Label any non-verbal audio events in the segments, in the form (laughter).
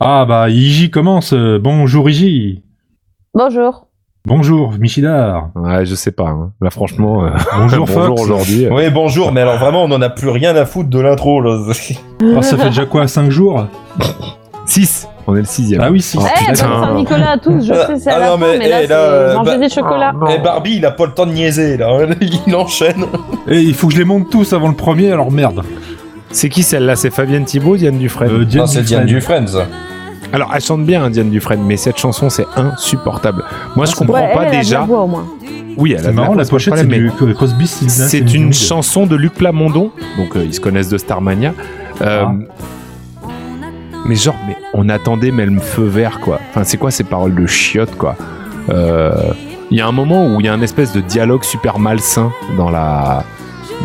Ah bah, Iji commence. euh, Bonjour Iji. Bonjour. Bonjour Michidar. Ouais, je sais pas. hein. Là, franchement, euh, Bonjour Fox. (laughs) bonjour aujourd'hui. euh, (laughs) Ouais, bonjour, mais alors vraiment, on n'en a plus rien à foutre de l'intro. là. Ah, ça fait déjà quoi 5 jours 6 On est le sixième. Ah oui, si. Oh, Eh, bonne putain. Saint-Nicolas à tous, je sais, c'est à Ah la non, fin, mais, mais, là, eh, c'est là, euh, manger bah- des chocolats. Oh, non. Et Barbie, il a pas le temps de niaiser, là. (laughs) Il enchaîne. Et Eh, il faut que je les monte tous avant le premier, alors merde. C'est qui celle-là C'est Fabienne Thibault, Diane Dufresne Euh, Diane Non, c'est Dufresne. Diane du Friends. Alors, elle chante bien, hein, Diane Dufresne, mais cette chanson, c'est insupportable. Moi, je comprends Ouais, Ah, elle, pas elle a de déjà. la voix, au moins. oui, elle a C'est de marrant, la voix, pochette, pas c'est problème, mais du Co- Crosby, Stills, Nash et C'est Young. une chanson de Luc Plamondon, donc euh, ils se connaissent de Starmania. Euh, Mais genre, mais on attendait même feu vert, quoi. Enfin, c'est quoi ces paroles de chiottes, quoi Euh, Il y a un moment où il y a un espèce de dialogue super malsain dans la,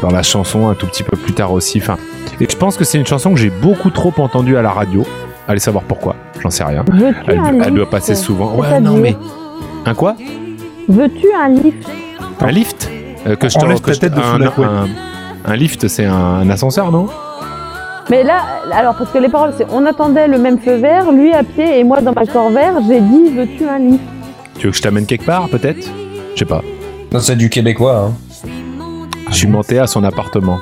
dans la chanson, un tout petit peu plus tard aussi. Enfin, et je pense que c'est une chanson que j'ai beaucoup trop entendue à la radio. Allez savoir pourquoi, j'en sais rien. Veux-tu Elle, un elle lift doit passer souvent. C'est Ouais, pas non, dur. mais. Un quoi Veux-tu un lift Un lift Euh, que je te- Enlève que ta je te- tête dessous un, la couette. un- un lift, c'est un- un ascenseur, non Mais là, alors, parce que les paroles, c'est on attendait le même feu vert, lui à pied et moi dans ma corvair, j'ai dit veux-tu un lift Tu veux que je t'amène quelque part, peut-être Je sais pas. Non, c'est du québécois. Hein. Je suis monté à son appartement.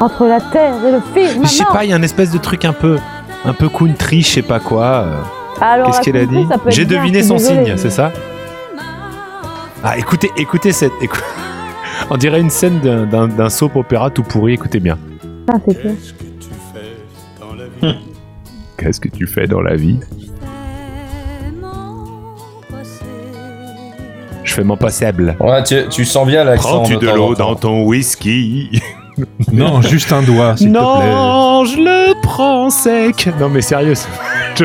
Entre la terre et le Je sais firmament. pas, il y a un espèce de truc un peu, un peu country, je sais pas quoi. euh, Alors, Qu'est-ce à qu'elle a country, dit ça peut être J'ai bien, deviné je suis son désolée. signe, c'est ça Ah, écoutez, écoutez cette. écou- (laughs) On dirait une scène d'un- d'un d'un soap opéra tout pourri. Écoutez bien. Ah, c'est clair. Qu'est-ce que tu fais dans la vie Je fais mon possible. Ouais, tu, tu sens bien l'accent. Prends-tu de temps en l'eau temps. dans ton whisky Non, juste un doigt, s'il te plaît. Non, je le prends sec. Non, mais sérieux, (laughs) je,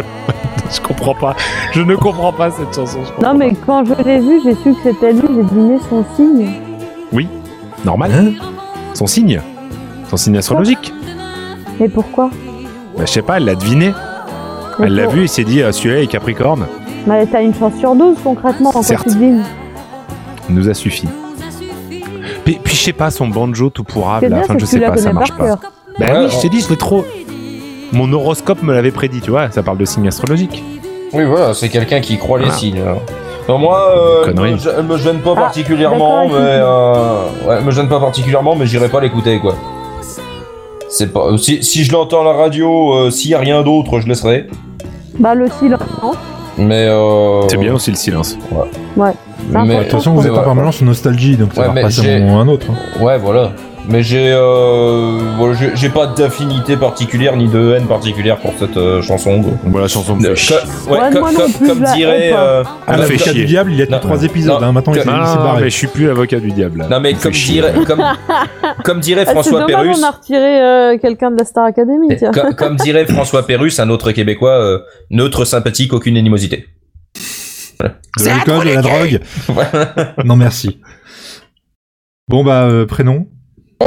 je comprends pas. Je ne comprends pas cette chanson. je comprends Non, mais quand je l'ai vu, j'ai su que c'était lui, j'ai deviné son signe. pas. normal. hein. Son signe, son signe astrologique. Mais pourquoi Bah, je sais pas, elle l'a deviné. Mais Elle l'a pour- vu et s'est dit ah, celui-là est Capricorne. Mais t'as une chance sur 12 concrètement quand Certes. Ah, tu devines. Il nous a suffi. Puis, puis je sais pas son banjo tout pourrave C'est là. bien, Enfin, c'est je que tu sais la pas, ça connais marche par pas. cœur. Bah Ouais, oui, je t'ai dit, je l'ai trop. Mon horoscope me l'avait prédit, tu vois. Ça parle de signe astrologique. Oui, voilà, c'est quelqu'un qui croit les Voilà. signes. alors. Non, moi, euh, elle Connerie. me, je- elle me gêne pas Ah, particulièrement, mais d'accord, euh, ouais, elle me gêne pas particulièrement, mais j'irai pas l'écouter, quoi. C'est pas. Si, si je l'entends à la radio, euh, s'il y a rien d'autre, je laisserai. Bah, le silence, non Mais euh, C'est bien aussi le silence. C'est important. Mais De toute façon, vous Mais êtes en ouais. permanence sur nostalgie, donc Ouais, ça va mais passer j'ai- un moment ou un autre. Ouais, voilà. Mais j'ai euh, voilà, j'ai- j'ai pas d'affinité particulière ni de haine particulière pour cette euh, chanson. quoi. Bon, la chanson me Euh, fait chier. co- ouais, Ouais, co- moi non co- plus, comme je la dirait. haine pas. euh, Ah, me la fait du chier. diable, il y a Non. que trois épisodes. hein, Maintenant, il s'est Non, il s'est Ah, mais barré. je suis plus l'avocat du diable. là. non mais Ça me fait comme chier. dirait, comme, comme dirait Ah, C'est François dommage, Pérus. on a retiré euh, quelqu'un de la Star Academy. Eh. Et tiens. co- comme dirait François Pérus, un autre Québécois, euh, neutre, sympathique, aucune animosité. De l'alcool, de la drogue. Non, merci. Bon, bah, euh, prénom.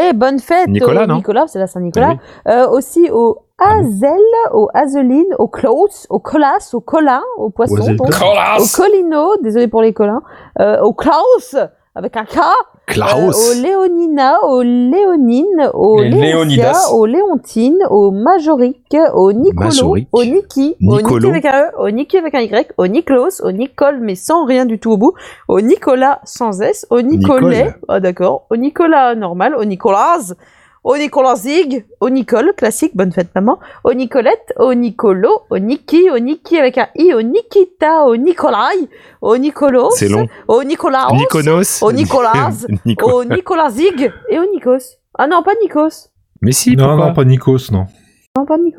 Eh, bonne fête Nicolas, au non Nicolas, c'est la Ah Saint-Nicolas. oui. Ah Euh, aussi au Hazel, au Hazeline, au Klaus, au Colas, au Colin, au Poisson, Hazel- donc, au Colasse Colino, désolé pour les Colins, euh, au Klaus, avec un K, euh, Klaus. au Léonina, au Léonine, au Les Léoncia, Léonidas. au Léontine, au Majorique, au Nicolo, Majorique. au Niki, au Niki Nicolo. avec un E, au Niki avec un Y, au Niclos, au Nicole, mais sans rien du tout au bout, au Nicolas sans S, au Nicolet, Nicole. ah d'accord, au Nicolas normal, au Nicolas, au Nicolas Zig, au Nicole, classique, bonne fête maman, au Nicolette, au Nicolo, au Niki, au Niki avec un I, au Nikita, au Nicolai, au Nicolos, C'est long. au Nicolas, Niconos. au Nicolas, (laughs) Nico- au Nicolas Zig et au Nikos. Ah non, pas Nikos. Mais si, non, pourquoi non, pas Nikos, non. Non, pas Nikos.